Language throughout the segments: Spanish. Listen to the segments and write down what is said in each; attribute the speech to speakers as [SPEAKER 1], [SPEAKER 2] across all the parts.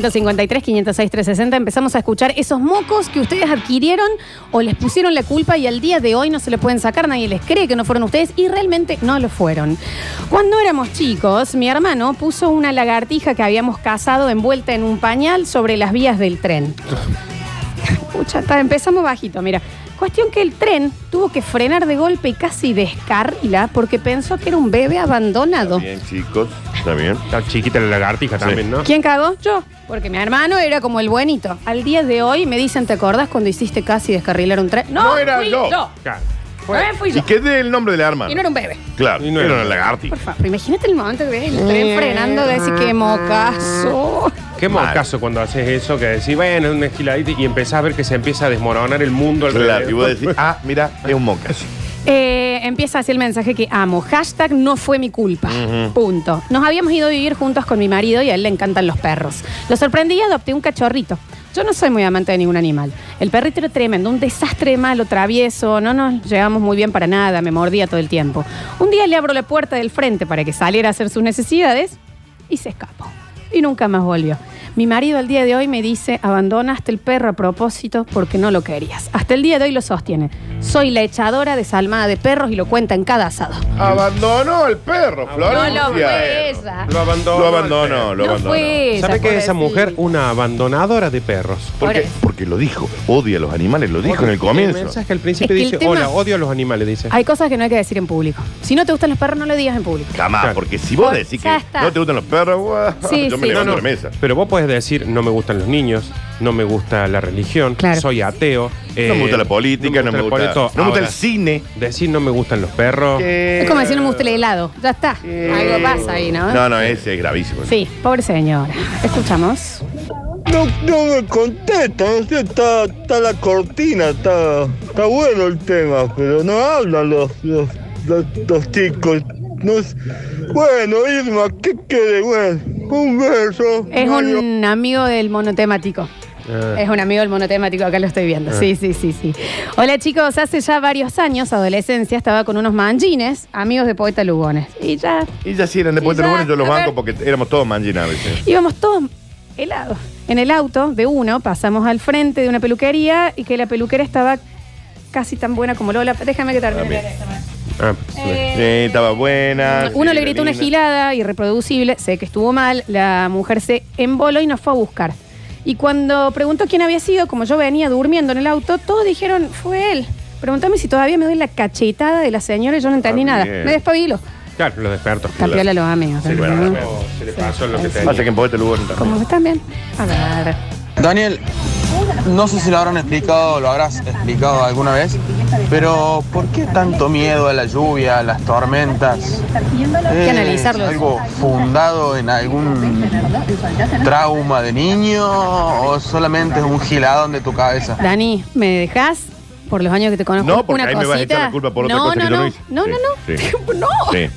[SPEAKER 1] 153, 506, 360. Empezamos a escuchar esos mocos que ustedes adquirieron o les pusieron la culpa y al día de hoy no se le pueden sacar, nadie les cree que no fueron ustedes y realmente no lo fueron. Cuando éramos chicos, mi hermano puso una lagartija que habíamos cazado envuelta en un pañal sobre las vías del tren. Escucha, está, empezamos bajito, mira. Cuestión que el tren tuvo que frenar de golpe y casi descarrila porque pensó que era un bebé abandonado.
[SPEAKER 2] Bien, chicos, está bien.
[SPEAKER 3] Está chiquita la lagartija
[SPEAKER 2] Sí.
[SPEAKER 3] también, ¿no?
[SPEAKER 1] ¿Quién cagó? Yo. Porque mi hermano era como el buenito. Al día de hoy me dicen, ¿te acordás cuando hiciste casi descarrilar un tren? No,
[SPEAKER 2] No era
[SPEAKER 1] fui yo.
[SPEAKER 2] yo.
[SPEAKER 3] Claro.
[SPEAKER 1] No, eh, fui yo.
[SPEAKER 2] ¿Y qué del nombre de la hermana?
[SPEAKER 1] Y no era un bebé.
[SPEAKER 2] Claro,
[SPEAKER 3] Y no
[SPEAKER 2] era
[SPEAKER 3] era-
[SPEAKER 2] una lagartija.
[SPEAKER 1] Por favor, imagínate el momento que ves el tren frenando de decir que mocazo.
[SPEAKER 3] Qué
[SPEAKER 2] Mal.
[SPEAKER 3] mocaso cuando haces eso, que decís, bueno, es una esquiladita y empezás a ver que se empieza a desmoronar el mundo alrededor.
[SPEAKER 2] Claro, y vos decís, ah, mira, es un mocaso.
[SPEAKER 1] Eh, empieza así el mensaje que amo. Hashtag no fue mi culpa. Punto. Nos habíamos ido a vivir juntos con mi marido y a él le encantan los perros. Lo sorprendí y adopté un cachorrito. Yo no soy muy amante de ningún animal. El perrito era tremendo, un desastre de malo, travieso. No nos llevamos muy bien para nada, me mordía todo el tiempo. Un día le abro la puerta del frente para que saliera a hacer sus necesidades y se escapó. Y nunca más volvió. Mi marido al día de hoy me dice, abandonaste el perro a propósito porque no lo querías. Hasta el día de hoy lo sostiene. Soy la echadora desalmada de perros y lo cuenta en cada asado.
[SPEAKER 2] Abandonó el perro, Florencia.
[SPEAKER 1] No lo fue ella.
[SPEAKER 3] Ah, Lo abandonó.
[SPEAKER 2] Lo abandonó, lo
[SPEAKER 1] No
[SPEAKER 2] abandonó.
[SPEAKER 1] fue ella.
[SPEAKER 3] ¿Sabe qué es
[SPEAKER 1] pobrecita.
[SPEAKER 3] esa mujer? Una abandonadora de perros.
[SPEAKER 2] ¿Por qué?
[SPEAKER 1] Ahora-
[SPEAKER 2] Porque lo dijo. Odia a los animales, lo dijo en el
[SPEAKER 3] El
[SPEAKER 2] comienzo.
[SPEAKER 3] mensaje al principio
[SPEAKER 1] Es que el
[SPEAKER 3] dice,
[SPEAKER 1] tema-
[SPEAKER 3] hola, odio a los animales, dice.
[SPEAKER 1] Hay cosas que no hay que decir en público. Si no te gustan los perros, no lo digas en público.
[SPEAKER 2] Jamás,
[SPEAKER 3] Claro.
[SPEAKER 2] porque si vos
[SPEAKER 1] Por-
[SPEAKER 2] decís que
[SPEAKER 1] ya está.
[SPEAKER 2] no te gustan los perros, guau,
[SPEAKER 1] Sí,
[SPEAKER 2] yo me
[SPEAKER 1] sí.
[SPEAKER 2] levanto
[SPEAKER 3] No, no.
[SPEAKER 2] de la mesa.
[SPEAKER 3] Pero vos podés decir, no me gustan los niños, no me gusta la religión,
[SPEAKER 1] Claro.
[SPEAKER 3] soy ateo. eh,
[SPEAKER 2] No me gusta la política, Eh, no me gusta, no me gusta, el
[SPEAKER 3] cine.
[SPEAKER 2] cine.
[SPEAKER 3] Decir no me gustan los perros.
[SPEAKER 1] Es
[SPEAKER 3] Eh,
[SPEAKER 1] como decir, no me gusta el helado. Ya está. Algo pasa ahí, ¿no?
[SPEAKER 2] No, no, ese es gravísimo.
[SPEAKER 1] Sí, pobre señora. Escuchamos.
[SPEAKER 4] No, no me contesta, no sé, está, está la cortina, está, está bueno el tema, pero no hablan los, los, los, los chicos. No, sé. bueno, Irma, ¿qué quiere? Bueno, un beso.
[SPEAKER 1] Es
[SPEAKER 4] Adiós.
[SPEAKER 1] un amigo del monotemático.
[SPEAKER 3] Ah.
[SPEAKER 1] Es un amigo del monotemático, acá lo estoy viendo. Sí, sí, sí, sí. Hola chicos, hace ya varios años, adolescencia, estaba con unos manjines, amigos de Poeta Lugones. Y ya
[SPEAKER 2] Y ya si eran de
[SPEAKER 1] Y
[SPEAKER 2] Puente
[SPEAKER 1] ya,
[SPEAKER 2] Lugones, yo los
[SPEAKER 1] a
[SPEAKER 2] banco
[SPEAKER 1] ver.
[SPEAKER 2] porque éramos todos manginas a veces.
[SPEAKER 1] íbamos todos helados. En el auto de uno pasamos al frente de una peluquería y que la peluquera estaba casi tan buena como Lola. Déjame que termine.
[SPEAKER 2] También.
[SPEAKER 1] de leer esto, ¿no?
[SPEAKER 3] Ah, sí.
[SPEAKER 1] Eh.
[SPEAKER 2] Sí, estaba buena.
[SPEAKER 1] Uno
[SPEAKER 2] sí,
[SPEAKER 1] le gritó una
[SPEAKER 2] divina.
[SPEAKER 1] gilada irreproducible, sé que estuvo mal, la mujer se emboló y nos fue a buscar. Y cuando preguntó quién había sido, como yo venía durmiendo en el auto, todos dijeron, fue él. Pregúntame si todavía me doy la cachetada de la señora y yo no entendí
[SPEAKER 2] Está
[SPEAKER 1] nada.
[SPEAKER 2] Ah, bien.
[SPEAKER 1] Me despabilo.
[SPEAKER 3] Claro, lo desperto.
[SPEAKER 1] Tapiola los amigos.
[SPEAKER 2] Sí, bueno,
[SPEAKER 1] ¿no?
[SPEAKER 2] bueno.
[SPEAKER 3] Se le pasó lo que
[SPEAKER 1] Sí.
[SPEAKER 3] tenía.
[SPEAKER 2] Pasa que en Puente Lugones también.
[SPEAKER 1] Como también. A ver.
[SPEAKER 5] Daniel, no sé si lo habrán explicado, lo habrás explicado alguna vez, pero ¿por qué tanto miedo a la lluvia, a las tormentas?
[SPEAKER 1] Hay
[SPEAKER 2] Eh,
[SPEAKER 1] que analizarlo.
[SPEAKER 5] ¿Algo fundado en algún trauma de niño o solamente es un giladón de tu cabeza?
[SPEAKER 1] Dani, ¿me dejas? Por los años que te conozco.
[SPEAKER 2] No, porque
[SPEAKER 1] una
[SPEAKER 2] ahí me vas a
[SPEAKER 1] cosita?
[SPEAKER 2] echar la culpa por otra
[SPEAKER 1] no,
[SPEAKER 2] cosa
[SPEAKER 1] no,
[SPEAKER 2] que yo
[SPEAKER 1] no.
[SPEAKER 2] no hice.
[SPEAKER 1] No, no, no.
[SPEAKER 2] Sí,
[SPEAKER 1] no.
[SPEAKER 2] Sí,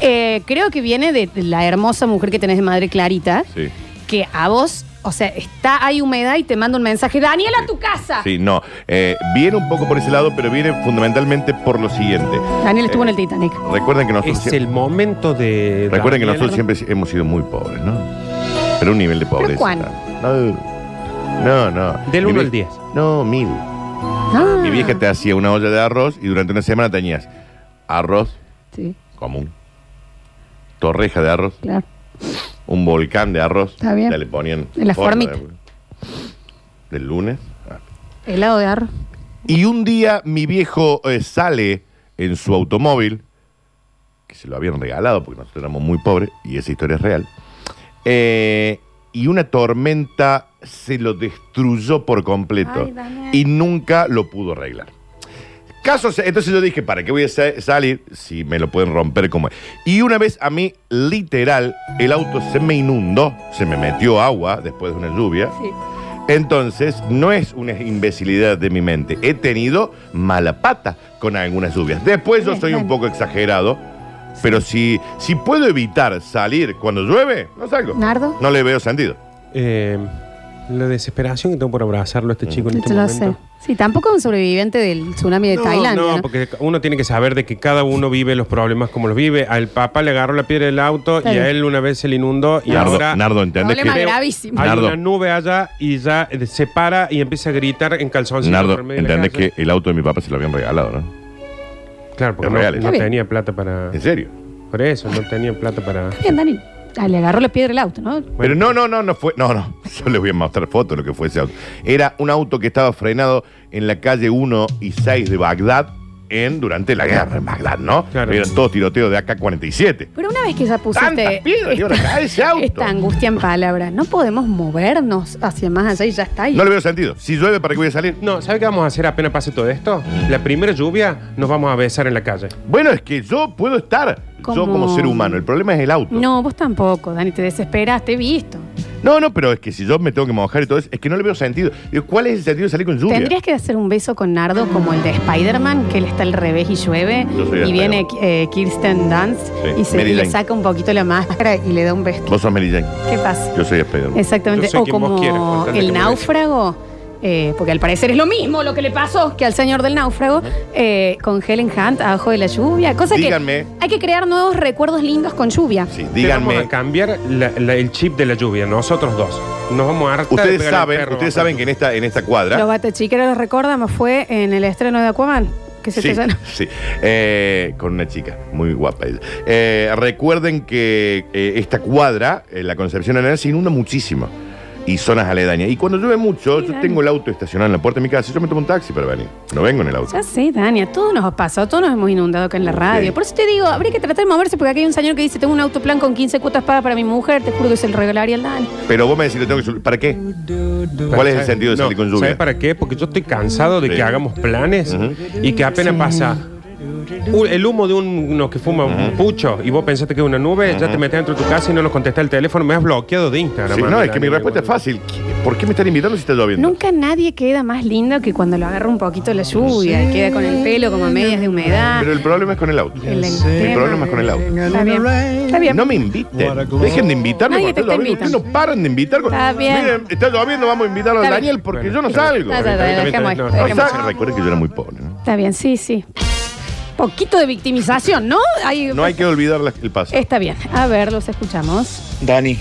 [SPEAKER 1] Eh, creo que viene de la hermosa mujer que tenés de madre Clarita,
[SPEAKER 2] sí.
[SPEAKER 1] que a vos, o sea, está, hay humedad y te manda un mensaje. Daniel, a tu casa.
[SPEAKER 2] Sí, no. Eh, viene un poco por ese lado, pero viene fundamentalmente por lo siguiente.
[SPEAKER 1] Daniel estuvo en
[SPEAKER 2] Eh,
[SPEAKER 1] el Titanic.
[SPEAKER 2] Recuerden que nosotros,
[SPEAKER 3] Es el momento de.
[SPEAKER 2] recuerden que
[SPEAKER 3] Daniel.
[SPEAKER 2] nosotros siempre hemos sido muy pobres, ¿no? Pero un nivel de pobreza.
[SPEAKER 1] cuán?
[SPEAKER 2] No, no. no.
[SPEAKER 3] Del
[SPEAKER 2] Mi
[SPEAKER 3] 1
[SPEAKER 2] vie-
[SPEAKER 3] al 10.
[SPEAKER 2] No, mil.
[SPEAKER 1] Ah,
[SPEAKER 2] Mi vieja te hacía una olla de arroz y durante una semana tenías arroz
[SPEAKER 1] Sí,
[SPEAKER 2] común, torreja de arroz,
[SPEAKER 1] claro.
[SPEAKER 2] un volcán de arroz.
[SPEAKER 1] Está bien.
[SPEAKER 2] Ya le ponían.
[SPEAKER 1] En la
[SPEAKER 2] forma
[SPEAKER 1] formita.
[SPEAKER 2] de- Del lunes. Ah.
[SPEAKER 1] Helado de arroz.
[SPEAKER 2] Y un día mi viejo eh, sale en su automóvil, que se lo habían regalado porque nosotros éramos muy pobres, y esa historia es real, eh, y una tormenta se lo destruyó por completo
[SPEAKER 1] Ay, Daniel.
[SPEAKER 2] y nunca lo pudo arreglar. Caso, se- entonces yo dije, ¿para qué voy a sa- salir si me lo pueden romper como es? Y una vez a mí, literal, el auto se me inundó, se me metió agua después de una lluvia.
[SPEAKER 1] Sí.
[SPEAKER 2] Entonces, no es una imbecilidad de mi mente. He tenido mala pata con algunas lluvias. Después yo
[SPEAKER 1] Bien,
[SPEAKER 2] soy un
[SPEAKER 1] bueno.
[SPEAKER 2] poco exagerado, pero si, si puedo evitar salir cuando llueve, no salgo.
[SPEAKER 1] Nardo.
[SPEAKER 2] No le veo sentido.
[SPEAKER 3] Eh, La desesperación que tengo por abrazarlo a
[SPEAKER 2] Mm.
[SPEAKER 3] este chico en este
[SPEAKER 1] Yo lo sé.
[SPEAKER 3] momento.
[SPEAKER 1] Sí, tampoco es un sobreviviente del tsunami de
[SPEAKER 3] No,
[SPEAKER 1] Tailandia.
[SPEAKER 3] no,
[SPEAKER 1] ¿no?
[SPEAKER 3] porque uno tiene que saber de que cada uno vive los problemas como los vive. Al papá le agarró la piedra del auto
[SPEAKER 1] Está
[SPEAKER 3] y a
[SPEAKER 1] bien.
[SPEAKER 3] él una vez se le inundó y
[SPEAKER 2] Nardo,
[SPEAKER 3] ahora
[SPEAKER 2] Nardo, ¿entendés
[SPEAKER 1] Problema
[SPEAKER 2] que,
[SPEAKER 3] Creo-
[SPEAKER 1] gravísimo.
[SPEAKER 3] hay
[SPEAKER 2] Nardo.
[SPEAKER 3] una nube allá y ya eh, se para y empieza a gritar en calzoncillos
[SPEAKER 2] Nardo,
[SPEAKER 3] por medio de la
[SPEAKER 2] ¿entendés
[SPEAKER 3] calle.
[SPEAKER 2] que el auto de mi papá se lo habían regalado, no?
[SPEAKER 3] Claro, porque
[SPEAKER 2] Es
[SPEAKER 3] no,
[SPEAKER 2] real eso.
[SPEAKER 3] no
[SPEAKER 1] Está bien.
[SPEAKER 3] tenía plata para...
[SPEAKER 2] ¿En serio?
[SPEAKER 3] Por eso, no tenía plata para...
[SPEAKER 1] Bien, Dani. Ah, le agarró la piedra el auto, ¿no?
[SPEAKER 2] Pero no, no, no, no fue. No, no. Yo les voy a mostrar fotos de lo que fue ese auto. Era un auto que estaba frenado en la calle 1 y 6 de Bagdad en, durante la guerra en Bagdad, ¿no?
[SPEAKER 3] Claro.
[SPEAKER 2] Eran todos tiroteos de AK-47.
[SPEAKER 1] Pero una vez que ya
[SPEAKER 2] Tantas
[SPEAKER 1] pusiste
[SPEAKER 2] piedras llevan acá ese auto.
[SPEAKER 1] esta angustia en palabras, no podemos movernos hacia más allá y ya está ahí.
[SPEAKER 2] No le veo sentido. Si llueve, ¿para qué voy a salir?
[SPEAKER 3] No, ¿sabe qué vamos a hacer apenas pase todo esto? La primera lluvia nos vamos a besar en la calle.
[SPEAKER 2] Bueno, es que yo puedo estar. Yo
[SPEAKER 1] Como-
[SPEAKER 2] como ser humano. El problema es el auto.
[SPEAKER 1] No, vos tampoco, Dani, te desesperaste, visto.
[SPEAKER 2] No, no, pero es que si yo me tengo que mojar y todo eso, es que no le veo sentido. Digo, ¿cuál es el sentido de salir con lluvia?
[SPEAKER 1] Tendrías que hacer un beso con Nardo como el de Spider-Man, que él está al revés y llueve.
[SPEAKER 2] Yo soy
[SPEAKER 1] Y
[SPEAKER 2] Spider-Man.
[SPEAKER 1] viene eh, Kirsten Dunst
[SPEAKER 2] Sí,
[SPEAKER 1] y, se,
[SPEAKER 2] Mary
[SPEAKER 1] y le
[SPEAKER 2] Jane.
[SPEAKER 1] saca un poquito la máscara y le da un beso.
[SPEAKER 2] Vos sos Mary Jane,
[SPEAKER 1] ¿Qué pasa?
[SPEAKER 2] yo soy Spider-Man.
[SPEAKER 1] Exactamente.
[SPEAKER 3] Yo soy
[SPEAKER 1] O
[SPEAKER 3] quien vos quieras, con
[SPEAKER 1] como
[SPEAKER 3] tal de que
[SPEAKER 1] el
[SPEAKER 3] me
[SPEAKER 1] náufrago, eh, porque al parecer es lo mismo lo que le pasó que al señor del náufrago, eh, con Helen Hunt abajo de la lluvia. Cosa
[SPEAKER 2] Díganme.
[SPEAKER 1] que hay que crear nuevos recuerdos lindos con lluvia.
[SPEAKER 2] Sí,
[SPEAKER 3] Vamos
[SPEAKER 2] díganme.
[SPEAKER 3] a cambiar la- la- el chip de la lluvia, nosotros dos. Nos vamos a hartar de
[SPEAKER 2] Ustedes
[SPEAKER 3] pegarle al
[SPEAKER 2] saben,
[SPEAKER 3] perro.
[SPEAKER 2] ustedes saben que en esta, en esta cuadra.
[SPEAKER 1] Los batachiqueros, los recordamos, fue en el estreno de Aquaman, que se
[SPEAKER 2] Sí,
[SPEAKER 1] te llenó.
[SPEAKER 2] sí. Eh, con una chica, muy guapa ella. Eh, recuerden que eh, esta cuadra, eh, la Concepción Arenal, se inunda muchísimo. Y zonas aledañas. Y cuando llueve mucho,
[SPEAKER 1] Sí,
[SPEAKER 2] yo
[SPEAKER 1] Dani.
[SPEAKER 2] tengo el auto estacionado en la puerta de mi casa. Yo me tomo un taxi para venir. No vengo en el auto.
[SPEAKER 1] Ya sé, Dani, a todos nos ha pasado, a todos nos hemos inundado acá en la radio.
[SPEAKER 2] Sí.
[SPEAKER 1] Por eso te digo, habría que tratar de moverse, porque aquí hay un señor que dice, tengo un autoplan con 15 cuotas pagas para mi mujer, te juro que se lo regalaría al Dani.
[SPEAKER 2] Pero vos me decís, lo tengo que solu- ¿Para qué? ¿Cuál es el sentido de salir con lluvia?
[SPEAKER 3] ¿Sabes para qué? Porque yo estoy cansado de
[SPEAKER 2] Sí.
[SPEAKER 3] que hagamos planes
[SPEAKER 2] Ujú.
[SPEAKER 3] y que apenas pasa u- el humo de un- uno que fuma un pucho y vos pensaste que es una nube, ya te metes dentro de tu casa y no nos contestás el teléfono, me has bloqueado de Instagram.
[SPEAKER 2] Sí,
[SPEAKER 3] a mí,
[SPEAKER 2] no, es que
[SPEAKER 3] Dani,
[SPEAKER 2] mi respuesta es
[SPEAKER 3] bueno.
[SPEAKER 2] fácil. ¿Qué- ¿Por qué me están invitando si está lloviendo?
[SPEAKER 1] Nunca nadie queda más lindo que cuando lo agarra un poquito la lluvia, y queda con el pelo como a medias de humedad.
[SPEAKER 2] Pero el problema es con el auto.
[SPEAKER 1] El
[SPEAKER 2] Mi
[SPEAKER 1] tema.
[SPEAKER 2] problema es con el auto.
[SPEAKER 1] Está bien. Está bien.
[SPEAKER 2] No me inviten. Dejen de invitarme.
[SPEAKER 1] Nadie
[SPEAKER 2] cuando
[SPEAKER 1] te está
[SPEAKER 2] está lloviendo. Ustedes
[SPEAKER 1] invitando.
[SPEAKER 2] no paran de invitar. cuando-
[SPEAKER 1] Está bien.
[SPEAKER 2] Miren, está lloviendo, vamos a invitar a
[SPEAKER 1] Está
[SPEAKER 2] Daniel
[SPEAKER 1] bien.
[SPEAKER 2] porque
[SPEAKER 3] Bueno,
[SPEAKER 2] yo no
[SPEAKER 3] está bien.
[SPEAKER 2] salgo.
[SPEAKER 1] Ah, ya, ya, ya, dejemos esto,
[SPEAKER 3] No, no,
[SPEAKER 1] dejemos
[SPEAKER 2] Exacto.
[SPEAKER 1] esto.
[SPEAKER 2] Recuerden que yo era muy pobre. ¿no?
[SPEAKER 1] Está bien, sí, sí. Poquito de victimización, ¿no? Ahí-
[SPEAKER 2] No hay que olvidar la- el paso.
[SPEAKER 1] Está bien. A ver, los escuchamos.
[SPEAKER 6] Dani,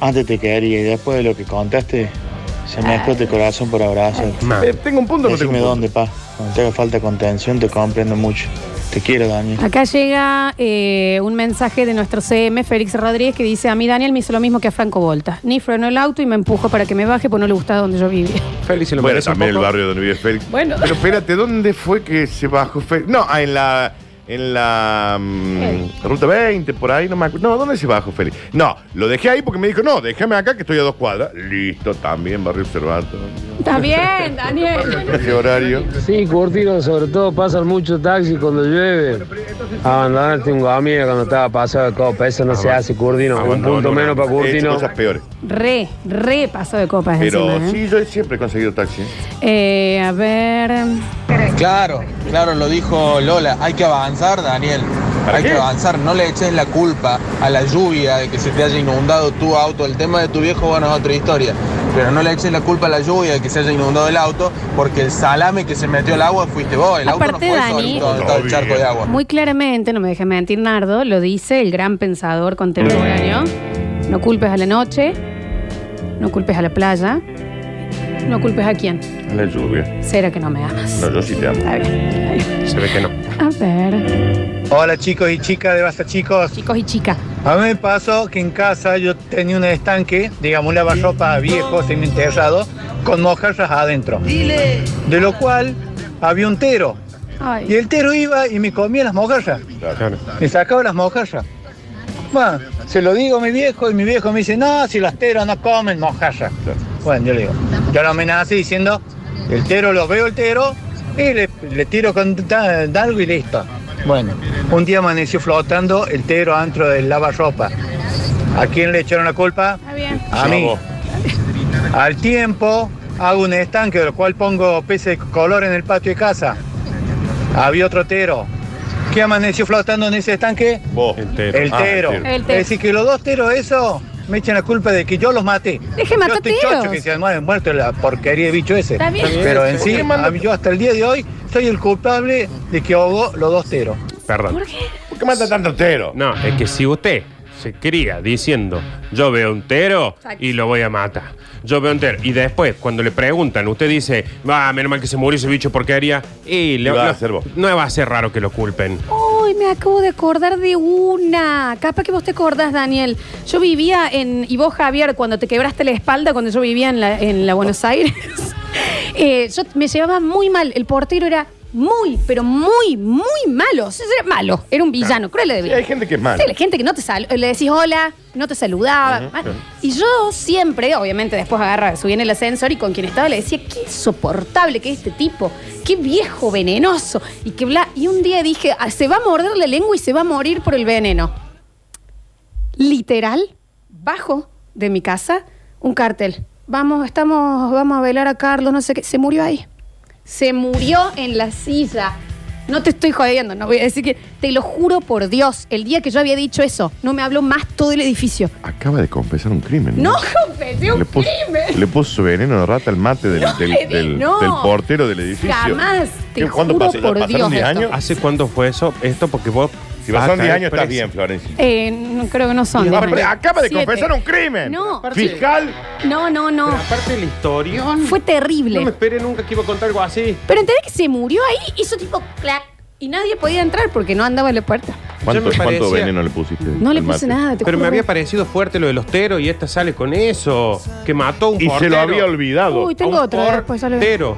[SPEAKER 6] antes te quedaría y después de lo que contaste, se
[SPEAKER 1] Ah.
[SPEAKER 6] me explota el corazón por abrazar.
[SPEAKER 2] Eh,
[SPEAKER 3] Mal.
[SPEAKER 2] tengo un punto, no tengo
[SPEAKER 6] Decime
[SPEAKER 2] un punto.
[SPEAKER 6] dónde, pa. Cuando te haga falta contención, te comprendo mucho. Te quiero, Dani.
[SPEAKER 1] Acá llega eh, un mensaje de nuestro CM, Félix Rodríguez, que dice: A mí Daniel me hizo lo mismo que a Franco Volta. Ni frenó el auto y me empujó para que me baje, porque no le gustaba donde yo vivía.
[SPEAKER 3] Félix se lo
[SPEAKER 2] Bueno,
[SPEAKER 3] merece un
[SPEAKER 2] también el
[SPEAKER 3] poco.
[SPEAKER 2] barrio donde vive Félix.
[SPEAKER 1] Bueno.
[SPEAKER 2] Pero espérate, ¿dónde fue que se bajó Félix? No, ah, en la. En la mm,
[SPEAKER 1] Eh.
[SPEAKER 2] ruta 20, por ahí, no me acuerdo. No, ¿dónde se bajó Félix? No, lo dejé ahí porque me dijo, no, déjame acá que estoy a dos cuadras. Listo, también, barrio observado.
[SPEAKER 1] Está bien, Daniel.
[SPEAKER 2] Ese horario.
[SPEAKER 7] Sí, Curtino, sobre todo pasan muchos taxis cuando llueve. Ah, Abandonaste un amigo cuando estaba pasado de copa. Eso no
[SPEAKER 2] Ah,
[SPEAKER 7] se hace, Curtino. Un punto menos para
[SPEAKER 2] He hecho
[SPEAKER 7] Curtino.
[SPEAKER 2] cosas peores.
[SPEAKER 1] Re, re paso de copas.
[SPEAKER 2] Pero
[SPEAKER 1] encima, ¿eh?
[SPEAKER 2] sí, yo siempre he conseguido taxi.
[SPEAKER 1] Eh, a ver.
[SPEAKER 5] Claro, claro, lo dijo Lola. Hay que avanzar, Daniel.
[SPEAKER 2] ¿Para
[SPEAKER 5] Hay
[SPEAKER 2] qué?
[SPEAKER 5] que avanzar. No le eches la culpa a la lluvia de que se te haya inundado tu auto. El tema de tu viejo, bueno, es otra historia. Pero no le eches la culpa a la lluvia de que se haya inundado el auto, porque el salame que se metió al agua fuiste vos. El auto no
[SPEAKER 1] Aparte,
[SPEAKER 5] fue
[SPEAKER 1] Dani-
[SPEAKER 5] solito,
[SPEAKER 2] No,
[SPEAKER 5] estaba el charco de agua.
[SPEAKER 1] Muy claramente, no me dejes mentir, Nardo, lo dice el gran pensador contemporáneo. No culpes a la noche, no culpes a la playa, no culpes a quién.
[SPEAKER 2] A la lluvia.
[SPEAKER 1] Será que no me amas.
[SPEAKER 2] No, yo sí te amo.
[SPEAKER 1] Está bien, está bien.
[SPEAKER 3] Se ve que no.
[SPEAKER 1] A ver,
[SPEAKER 8] Hola chicos y chicas de Basta Chicos.
[SPEAKER 1] chicos y chicas.
[SPEAKER 8] A mí me pasó que en casa yo tenía un estanque, digamos un lavarropa viejo, semienterrado, con mojarras adentro. De lo cual había un tero. Y
[SPEAKER 1] Ay,
[SPEAKER 8] el tero iba y me comía las mojarras.
[SPEAKER 3] Claro.
[SPEAKER 8] Me sacaba las mojarras. Bueno, se lo digo a mi viejo y mi viejo me dice, no, si los teros no comen mojarras. Bueno, yo le digo, yo lo amenacé diciendo, el tero lo veo el tero y le, le tiro con da- algo y listo. Bueno, un día amaneció flotando el tero dentro del lavarropa. ¿A quién le echaron la culpa?
[SPEAKER 1] está bien.
[SPEAKER 8] A mí. Al tiempo hago un estanque, del cual pongo peces de color en el patio de casa. Había otro tero. ¿Qué amaneció flotando en ese estanque?
[SPEAKER 2] Vos.
[SPEAKER 3] Entero.
[SPEAKER 8] El
[SPEAKER 2] Ah,
[SPEAKER 8] tero.
[SPEAKER 2] el tero.
[SPEAKER 1] El tero.
[SPEAKER 8] Es decir, que los dos teros, eso, me echan la culpa de que yo los maté.
[SPEAKER 1] Deje
[SPEAKER 8] yo
[SPEAKER 1] matar
[SPEAKER 8] estoy
[SPEAKER 1] tiros.
[SPEAKER 8] chocho que se han muerto la porquería de bicho ese.
[SPEAKER 1] Está bien.
[SPEAKER 8] Pero en sí, a mí- yo hasta el día de hoy soy el culpable de que ahogó los dos teros.
[SPEAKER 3] Perdón.
[SPEAKER 1] ¿Por qué?
[SPEAKER 2] ¿Por qué manda tanto tero?
[SPEAKER 3] No, es que si usted se cría diciendo, yo veo un tero y lo voy a matar. Yo veo un tero. Y después, cuando le preguntan, usted dice, va, menos mal que se murió ese bicho porquería. Y le
[SPEAKER 2] Y va a
[SPEAKER 3] lo-
[SPEAKER 2] hacer vos.
[SPEAKER 3] No va a ser raro que lo culpen.
[SPEAKER 1] Ay, me acabo de acordar de una. Capaz que vos te acordás, Daniel. Yo vivía en. Y vos, Javier, cuando te quebraste la espalda, cuando yo vivía en la, en la Buenos Aires, eh, yo me llevaba muy mal. El portero era muy, pero muy, muy malo. O sea, Era malo. Era un villano. Cruel de
[SPEAKER 2] Sí, hay gente que es mala.
[SPEAKER 1] Sí, la gente que no te saluda. Le decís hola, no te saludaba. Ah, Y yo siempre, obviamente, después agarra, subí en el ascensor y con quien estaba le decía, qué insoportable que es este tipo, qué viejo venenoso. Y que bla. Y un día dije, "Ah, se va a morder la lengua y se va a morir por el veneno. Literal, bajo de mi casa, un cartel. Vamos, estamos, vamos a velar a Carlos, no sé qué. Se murió ahí. Se murió en la silla. No te estoy jodiendo, no voy a decir que. Te lo juro por Dios, el día que yo había dicho eso, no me habló más todo el edificio.
[SPEAKER 2] Acaba de confesar un crimen.
[SPEAKER 1] ¡No, confesé un
[SPEAKER 2] Le puso,
[SPEAKER 1] crimen!
[SPEAKER 2] le puso veneno de rata al mate del, del,
[SPEAKER 1] le di-
[SPEAKER 2] del-
[SPEAKER 1] no.
[SPEAKER 2] del portero del edificio.
[SPEAKER 1] Jamás, te
[SPEAKER 2] ¿Qué, ¿Cuándo
[SPEAKER 1] juro
[SPEAKER 2] pasó?
[SPEAKER 1] por Dios
[SPEAKER 2] ¿Pasaron 10
[SPEAKER 1] esto.
[SPEAKER 2] años?
[SPEAKER 3] ¿Hace cuánto fue eso? Esto porque vos.
[SPEAKER 2] Si
[SPEAKER 3] vas a
[SPEAKER 2] pasaron 10
[SPEAKER 3] caer
[SPEAKER 2] años, estás
[SPEAKER 3] preso.
[SPEAKER 2] bien, Florencia.
[SPEAKER 1] Eh, no, creo que no son.
[SPEAKER 2] Y
[SPEAKER 1] diez
[SPEAKER 2] aparte,
[SPEAKER 1] años.
[SPEAKER 2] acaba de
[SPEAKER 1] Siete.
[SPEAKER 2] confesar un crimen.
[SPEAKER 1] No,
[SPEAKER 2] Fiscal.
[SPEAKER 1] no, no,
[SPEAKER 3] Pero
[SPEAKER 1] no.
[SPEAKER 3] aparte del historión.
[SPEAKER 1] Fue terrible.
[SPEAKER 3] No me esperé nunca que iba a contar algo así.
[SPEAKER 1] Pero entendés que se murió ahí, hizo tipo clac. Y nadie podía entrar porque no andaba en la puerta.
[SPEAKER 2] ¿Cuánto,
[SPEAKER 3] me
[SPEAKER 2] cuánto
[SPEAKER 3] parecía-
[SPEAKER 2] veneno le pusiste?
[SPEAKER 1] No le
[SPEAKER 2] al
[SPEAKER 1] puse
[SPEAKER 2] mate?
[SPEAKER 1] nada, te
[SPEAKER 3] Pero me
[SPEAKER 1] juro.
[SPEAKER 3] había parecido fuerte lo de los teros y esta sale con eso. Que mató a un
[SPEAKER 2] Y se
[SPEAKER 3] portero.
[SPEAKER 2] lo había olvidado.
[SPEAKER 1] Uy, tengo
[SPEAKER 3] A un
[SPEAKER 1] otra. Después ya lo-
[SPEAKER 3] portero.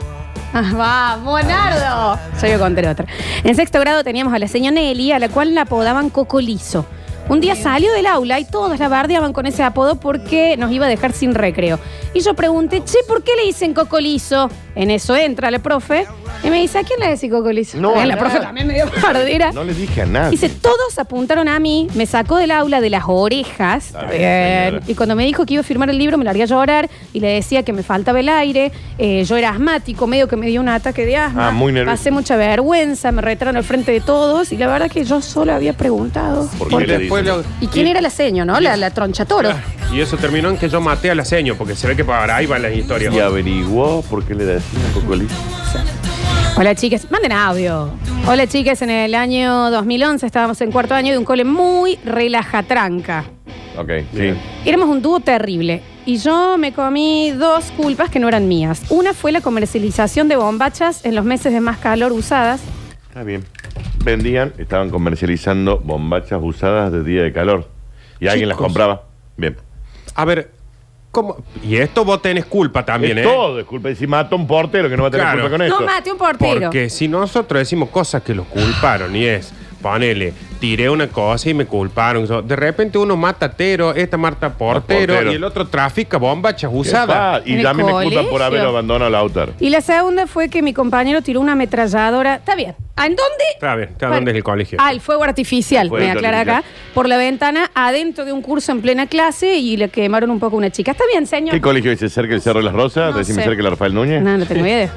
[SPEAKER 1] Ah, ¡Vamos, Nardo! Yo voy a contar otra. En sexto grado teníamos a la señora Nelly, a la cual la apodaban Coco Liso. Un día salió del aula y todos la bardeaban con ese apodo porque nos iba a dejar sin recreo. Y yo pregunté, che, ¿por qué le dicen Coco Liso? En eso entra la profe y me dice, ¿a quién le decís Coco Liso? Eh,
[SPEAKER 2] No, a
[SPEAKER 1] la
[SPEAKER 2] nada.
[SPEAKER 1] profe también me dio bardera.
[SPEAKER 2] No le dije a nadie.
[SPEAKER 1] Dice, todos apuntaron a mí, me sacó del aula de las orejas.
[SPEAKER 2] Está
[SPEAKER 1] Está
[SPEAKER 2] bien,
[SPEAKER 1] bien.
[SPEAKER 2] señora.
[SPEAKER 1] Y cuando me dijo que iba a firmar el libro, me largué a llorar y le decía que me faltaba el aire. Eh, yo era asmático, medio que me dio un ataque de asma.
[SPEAKER 2] Ah, muy nervioso.
[SPEAKER 1] Pasé mucha vergüenza, me retaron al frente de todos y la verdad que yo solo había preguntado.
[SPEAKER 2] ¿Por qué
[SPEAKER 3] Y
[SPEAKER 2] le
[SPEAKER 3] después
[SPEAKER 2] dicen?
[SPEAKER 3] lo-
[SPEAKER 1] ¿Y quién era la seño, no? La, la tronchatoro.
[SPEAKER 3] Y eso terminó en que yo maté a la seño, porque se ve que para ahí van las historias.
[SPEAKER 2] Y averiguó por qué le decían cocolito.
[SPEAKER 1] Hola chicas, manden audio. Hola chicas, en el año 2011 estábamos en cuarto año de un cole muy relajatranca.
[SPEAKER 2] Ok,
[SPEAKER 3] Bien.
[SPEAKER 2] sí.
[SPEAKER 1] Éramos un dúo terrible y yo me comí dos culpas que no eran mías. Una fue la comercialización de bombachas en los meses de más calor usadas.
[SPEAKER 2] Está Ah, bien. Vendían, estaban comercializando bombachas usadas de día de calor. Y alguien las
[SPEAKER 3] Chicos.
[SPEAKER 2] compraba. Bien.
[SPEAKER 3] A ver, ¿cómo? Y esto vos tenés culpa también,
[SPEAKER 2] es
[SPEAKER 3] ¿eh?
[SPEAKER 2] todo, disculpe. Si mató un portero que no va a tener
[SPEAKER 3] Claro.
[SPEAKER 2] culpa con eso.
[SPEAKER 1] No mate un portero.
[SPEAKER 3] Porque si nosotros decimos cosas que los culparon y es, ponele, tiré una cosa y me culparon. So, De repente uno mata tero, esta mata portero,
[SPEAKER 2] portero.
[SPEAKER 3] y el otro trafica bombachas
[SPEAKER 2] Qué
[SPEAKER 3] usadas.
[SPEAKER 2] pa-
[SPEAKER 1] En
[SPEAKER 2] Y
[SPEAKER 1] el
[SPEAKER 2] ya me disculpa
[SPEAKER 1] colegio.
[SPEAKER 2] por haber abandonado el autor.
[SPEAKER 1] Y la segunda fue que mi compañero tiró una ametralladora. Está bien. ¿A en dónde?
[SPEAKER 3] Está bien, está donde es el colegio.
[SPEAKER 1] Al fuego artificial,
[SPEAKER 2] Fuego
[SPEAKER 1] me aclara acá, por la ventana, adentro de un curso en plena clase y le quemaron un poco a una chica. Está bien, señor.
[SPEAKER 2] ¿Qué colegio dice cerca del Cerro de las Rosas?
[SPEAKER 1] No
[SPEAKER 2] Decime
[SPEAKER 1] sé.
[SPEAKER 2] cerca del Rafael Núñez.
[SPEAKER 1] no, no tengo idea.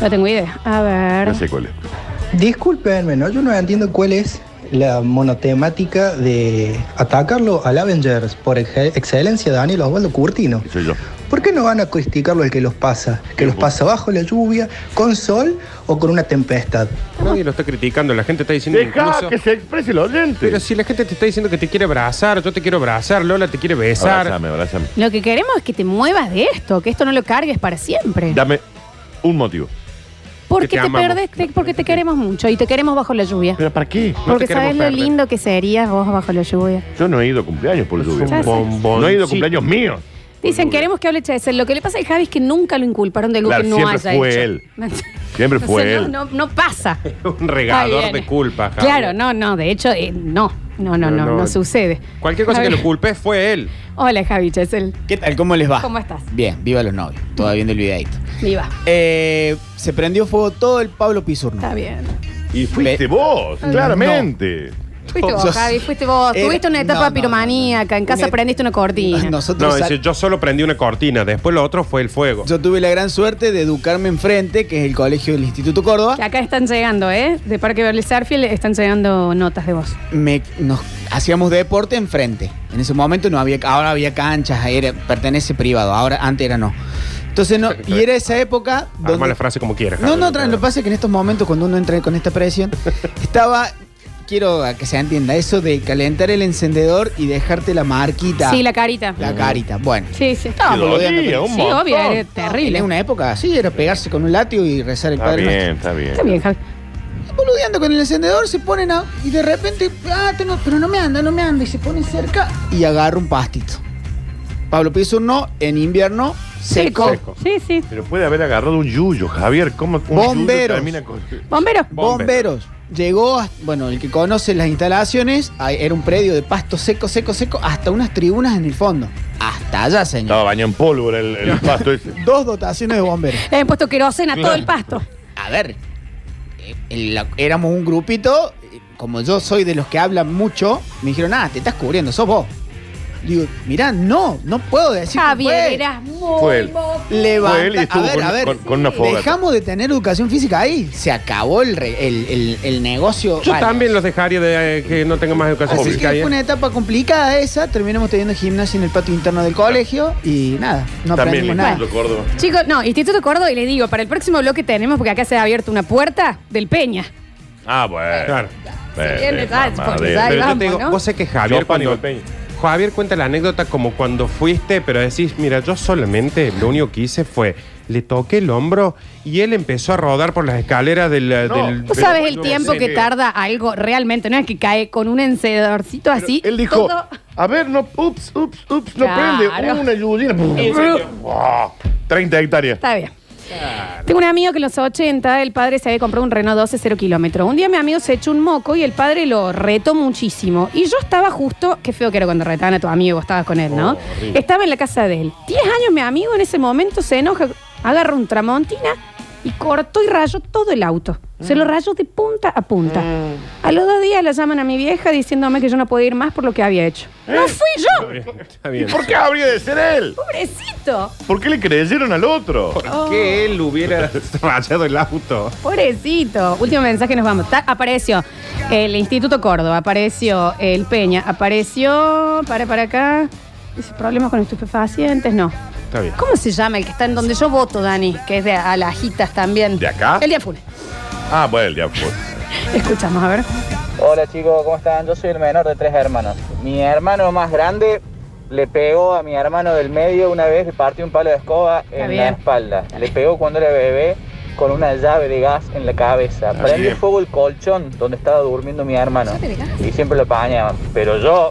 [SPEAKER 1] No tengo idea. A ver.
[SPEAKER 2] No sé cuál es.
[SPEAKER 9] Disculpenme, ¿no? Yo no entiendo cuál es la monotemática de atacarlo al Avengers por ex- excelencia Daniel Osvaldo Curtino.
[SPEAKER 2] Soy yo.
[SPEAKER 9] ¿Por qué no van a criticarlo el que los pasa? ¿Que los pasa bajo la lluvia, con sol o con una tempestad?
[SPEAKER 3] Nadie lo está criticando, la gente está diciendo
[SPEAKER 2] Deja
[SPEAKER 3] incluso-
[SPEAKER 2] que se exprese el oyente.
[SPEAKER 3] Pero si la gente te está diciendo que te quiere abrazar, yo te quiero abrazar, Lola te quiere besar.
[SPEAKER 2] Abrázame, abrázame.
[SPEAKER 1] Lo que queremos es que te muevas de esto, que esto no lo cargues para siempre.
[SPEAKER 2] Dame un motivo.
[SPEAKER 1] Porque
[SPEAKER 3] Que te
[SPEAKER 1] te,
[SPEAKER 3] amamos.
[SPEAKER 1] perdés, te- porque te queremos mucho y te queremos bajo la lluvia.
[SPEAKER 2] ¿Pero para qué?
[SPEAKER 3] No
[SPEAKER 1] porque
[SPEAKER 3] te
[SPEAKER 1] sabes
[SPEAKER 3] queremos
[SPEAKER 1] lo
[SPEAKER 3] perder.
[SPEAKER 1] lindo que serías vos bajo la lluvia.
[SPEAKER 2] Yo no he ido a cumpleaños por lluvia.
[SPEAKER 1] Ya sé.
[SPEAKER 2] No he ido a cumpleaños míos.
[SPEAKER 1] Dicen, queremos que hable Chesel. Lo que le pasa a Javi es que nunca lo inculparon de algo
[SPEAKER 2] Claro,
[SPEAKER 1] que no
[SPEAKER 2] siempre
[SPEAKER 1] haya
[SPEAKER 2] fue
[SPEAKER 1] hecho.
[SPEAKER 2] él. Siempre fue
[SPEAKER 1] O sea, no-
[SPEAKER 2] él.
[SPEAKER 1] No, no pasa.
[SPEAKER 3] Un
[SPEAKER 1] Está
[SPEAKER 3] regador
[SPEAKER 1] bien.
[SPEAKER 3] de culpa, Javi.
[SPEAKER 1] Claro, no, no. De hecho, eh, no. No, no,
[SPEAKER 3] No,
[SPEAKER 1] no, no,
[SPEAKER 3] no.
[SPEAKER 1] sucede.
[SPEAKER 3] Cualquier cosa que
[SPEAKER 1] Javi-
[SPEAKER 3] lo culpes fue él.
[SPEAKER 1] Hola, Javi Chesel.
[SPEAKER 10] ¿Qué tal? ¿Cómo les va?
[SPEAKER 1] ¿Cómo estás?
[SPEAKER 10] Bien, viva los novios. Todavía viendo el videito.
[SPEAKER 1] Viva.
[SPEAKER 10] Eh, se prendió fuego todo el Pablo Pisurno.
[SPEAKER 1] Está bien.
[SPEAKER 2] Y fuiste vos, claramente.
[SPEAKER 1] Fuiste vos,
[SPEAKER 10] Sos-
[SPEAKER 1] Javi, fuiste vos.
[SPEAKER 10] Oh, Era-
[SPEAKER 1] Tuviste una etapa
[SPEAKER 10] no, no,
[SPEAKER 1] piromaníaca, en casa
[SPEAKER 10] Una-
[SPEAKER 1] prendiste una cortina.
[SPEAKER 10] Nosotros
[SPEAKER 3] No,
[SPEAKER 10] sal-
[SPEAKER 3] dice, yo solo prendí una cortina, después lo otro fue el fuego.
[SPEAKER 10] yo tuve la gran suerte de educarme enfrente, que es el colegio del Instituto Córdoba.
[SPEAKER 1] Que Acá están llegando, ¿eh? De Parque Berlín Sarfield están llegando notas de voz.
[SPEAKER 10] me- nos hacíamos deporte enfrente. En ese momento no había, ahora había canchas, era, pertenece privado, ahora antes era no. Entonces no, y era esa época
[SPEAKER 2] Ah,
[SPEAKER 3] Arma
[SPEAKER 10] donde
[SPEAKER 3] la frase como quieras.
[SPEAKER 10] no,
[SPEAKER 3] Javi,
[SPEAKER 10] no, tra- lo que pasa es que en estos momentos cuando uno entra con esta presión, estaba quiero que se entienda eso de calentar el encendedor y dejarte la marquita.
[SPEAKER 1] Sí, la carita.
[SPEAKER 10] La carita. Bueno.
[SPEAKER 1] Sí, sí.
[SPEAKER 10] Estábamos
[SPEAKER 2] Qué
[SPEAKER 10] boludeando
[SPEAKER 2] dolía,
[SPEAKER 10] con
[SPEAKER 2] un
[SPEAKER 10] eso.
[SPEAKER 1] Sí, obvio,
[SPEAKER 2] montón.
[SPEAKER 1] era terrible.
[SPEAKER 10] En una época así era pegarse con un látigo y rezar el
[SPEAKER 2] Está
[SPEAKER 10] Padre Nuestro.
[SPEAKER 2] bien, está bien.
[SPEAKER 1] Está bien, Javi.
[SPEAKER 10] boludeando con el encendedor, se ponen a. Y de repente, ah, te no- pero no me anda, no me anda. Y se ponen cerca y agarra un pastito. Pablo Piso no, en invierno, seco.
[SPEAKER 1] Seco. Sí, sí.
[SPEAKER 2] Pero puede haber agarrado un yuyo, Javier. ¿Cómo un
[SPEAKER 10] Bomberos.
[SPEAKER 2] yuyo termina con.?
[SPEAKER 1] Bombero.
[SPEAKER 10] Bomberos. Llegó, a- bueno, el que conoce las instalaciones, ahí era un predio de pasto seco, seco, seco, hasta unas tribunas en el fondo. Hasta allá, señor.
[SPEAKER 2] Estaba bañado en pólvora el, el pasto ese.
[SPEAKER 10] Dos dotaciones de bomberos.
[SPEAKER 1] Le han puesto querosena a todo el pasto.
[SPEAKER 10] A ver, eh, en la- éramos un grupito, eh, como yo soy de los que hablan mucho, me dijeron, ah, te estás cubriendo, sos vos. Digo, mirá, no, no puedo decir que
[SPEAKER 1] Javier,
[SPEAKER 10] fue".
[SPEAKER 1] eras muy
[SPEAKER 2] Fue él.
[SPEAKER 1] moco.
[SPEAKER 10] Levanta-
[SPEAKER 2] Fue él y estuvo
[SPEAKER 10] a ver,
[SPEAKER 2] con-
[SPEAKER 10] a ver,
[SPEAKER 2] con- con una fogata.
[SPEAKER 10] dejamos de tener educación física ahí. Se acabó el, re- el, el- el negocio.
[SPEAKER 3] Yo
[SPEAKER 10] Vale.
[SPEAKER 3] también los dejaría de eh, que no tengan más educación
[SPEAKER 10] Así que
[SPEAKER 3] física.
[SPEAKER 10] fue
[SPEAKER 3] ¿eh?
[SPEAKER 10] una etapa complicada esa. Terminamos teniendo gimnasia en el patio interno del colegio y nada, no
[SPEAKER 2] También
[SPEAKER 10] aprendimos
[SPEAKER 2] el
[SPEAKER 10] nada.
[SPEAKER 2] Instituto Córdoba.
[SPEAKER 1] Chicos, no, Instituto Córdoba, y les digo, para el próximo bloque tenemos, porque acá se ha abierto una puerta del Peña.
[SPEAKER 2] Ah, bueno.
[SPEAKER 3] Claro.
[SPEAKER 1] Si viene, dale, porque
[SPEAKER 2] mamadera.
[SPEAKER 1] Ahí
[SPEAKER 3] Pero yo
[SPEAKER 1] vamos,
[SPEAKER 3] te digo,
[SPEAKER 1] ¿no?
[SPEAKER 3] vos sé que Javier
[SPEAKER 2] Yo, Pani
[SPEAKER 3] cuando,
[SPEAKER 2] Valpeña.
[SPEAKER 3] Javier cuenta la anécdota como cuando fuiste, pero decís, mira, yo solamente lo único que hice fue le toqué el hombro y él empezó a rodar por las escaleras del... eh,
[SPEAKER 2] No.
[SPEAKER 3] del-
[SPEAKER 1] ¿Vos
[SPEAKER 2] Pero
[SPEAKER 1] sabes el
[SPEAKER 2] bueno,
[SPEAKER 1] tiempo
[SPEAKER 2] sí,
[SPEAKER 1] que
[SPEAKER 2] sí.
[SPEAKER 1] tarda algo realmente? No es que cae con un encendedorcito así.
[SPEAKER 2] Él dijo,
[SPEAKER 1] todo-
[SPEAKER 2] a ver, no, ups, ups, ups, no
[SPEAKER 1] Claro.
[SPEAKER 2] prende. Una yudina. Wow, 30 hectáreas.
[SPEAKER 1] Está bien. Tengo un amigo que en los 80 el padre se había comprado un Renault 12 0 kilómetro. Un día mi amigo se echó un moco y el padre lo retó muchísimo. Y yo estaba justo, qué feo que era cuando retaban a tu amigo, vos estabas con él, ¿no? estaba en la casa de él. Diez años mi amigo en ese momento se enoja, agarra un tramontina y cortó y rayó todo el auto. Se
[SPEAKER 3] Mm.
[SPEAKER 1] lo rayó de punta a punta. A los dos días la llaman a mi vieja diciéndome que yo no podía ir más por lo que había hecho. ¡No fui yo!
[SPEAKER 3] Eh. Está
[SPEAKER 2] ¿Y
[SPEAKER 3] bien.
[SPEAKER 2] por qué habría de ser él?
[SPEAKER 1] ¡Pobrecito!
[SPEAKER 2] ¿Por qué le creyeron al otro?
[SPEAKER 1] Oh.
[SPEAKER 3] ¿Por qué él hubiera rayado el auto?
[SPEAKER 1] Pobrecito. Último mensaje, nos vamos. Ta- apareció el Instituto Córdoba, apareció el Peña, apareció. Para, para acá. Dice, problemas con estupefacientes, no.
[SPEAKER 3] Está bien.
[SPEAKER 1] ¿Cómo se llama el que está en donde yo voto, Dani? Que es de Alajitas también.
[SPEAKER 2] ¿De acá?
[SPEAKER 1] El de Afune.
[SPEAKER 2] Ah, bueno, ya fue.
[SPEAKER 1] Escuchamos, a ver.
[SPEAKER 5] Hola chicos, ¿cómo están? Yo soy el menor de tres hermanos. Mi hermano más grande le pegó a mi hermano del medio una vez, le partió un palo de escoba en la
[SPEAKER 1] bien.
[SPEAKER 5] espalda. Le pegó cuando era bebé con una llave de gas en la cabeza.
[SPEAKER 2] Está
[SPEAKER 5] Prendió
[SPEAKER 2] bien.
[SPEAKER 5] fuego el colchón donde estaba durmiendo mi hermano.
[SPEAKER 1] ¿Llave de gas?
[SPEAKER 5] Y siempre lo apañaban. Pero yo,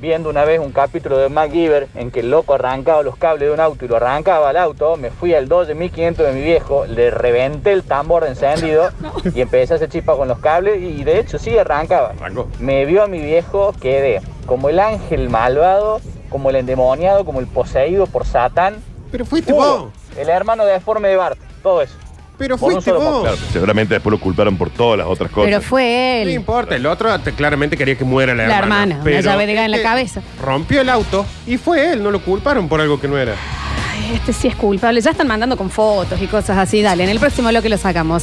[SPEAKER 5] viendo una vez un capítulo de MacGyver en que el loco arrancaba los cables de un auto y lo arrancaba al auto, me fui al 12500 de mi viejo, le reventé el tambor de encendido y empecé a hacer chispa con los cables y de hecho sí arrancaba.
[SPEAKER 2] Arrancó.
[SPEAKER 5] Me vio a mi viejo, quedé como el ángel malvado, como el endemoniado, como el poseído por Satán.
[SPEAKER 10] Pero fuiste
[SPEAKER 2] Oh.
[SPEAKER 5] Hugo, el hermano deforme de Bart, todo eso.
[SPEAKER 10] Pero
[SPEAKER 5] Por un solo
[SPEAKER 2] Claro, seguramente después lo culparon por todas las otras cosas.
[SPEAKER 1] Pero fue
[SPEAKER 3] No
[SPEAKER 1] él.
[SPEAKER 3] importa, el otro te- claramente quería que muera la,
[SPEAKER 1] La hermana, una
[SPEAKER 3] pero
[SPEAKER 1] llave de gas en la
[SPEAKER 3] este
[SPEAKER 1] cabeza.
[SPEAKER 3] Rompió el auto y fue él, no lo culparon por algo que no era.
[SPEAKER 1] Ay, Este sí es culpable. Ya están mandando con fotos y cosas así. Dale, en el próximo bloque lo sacamos.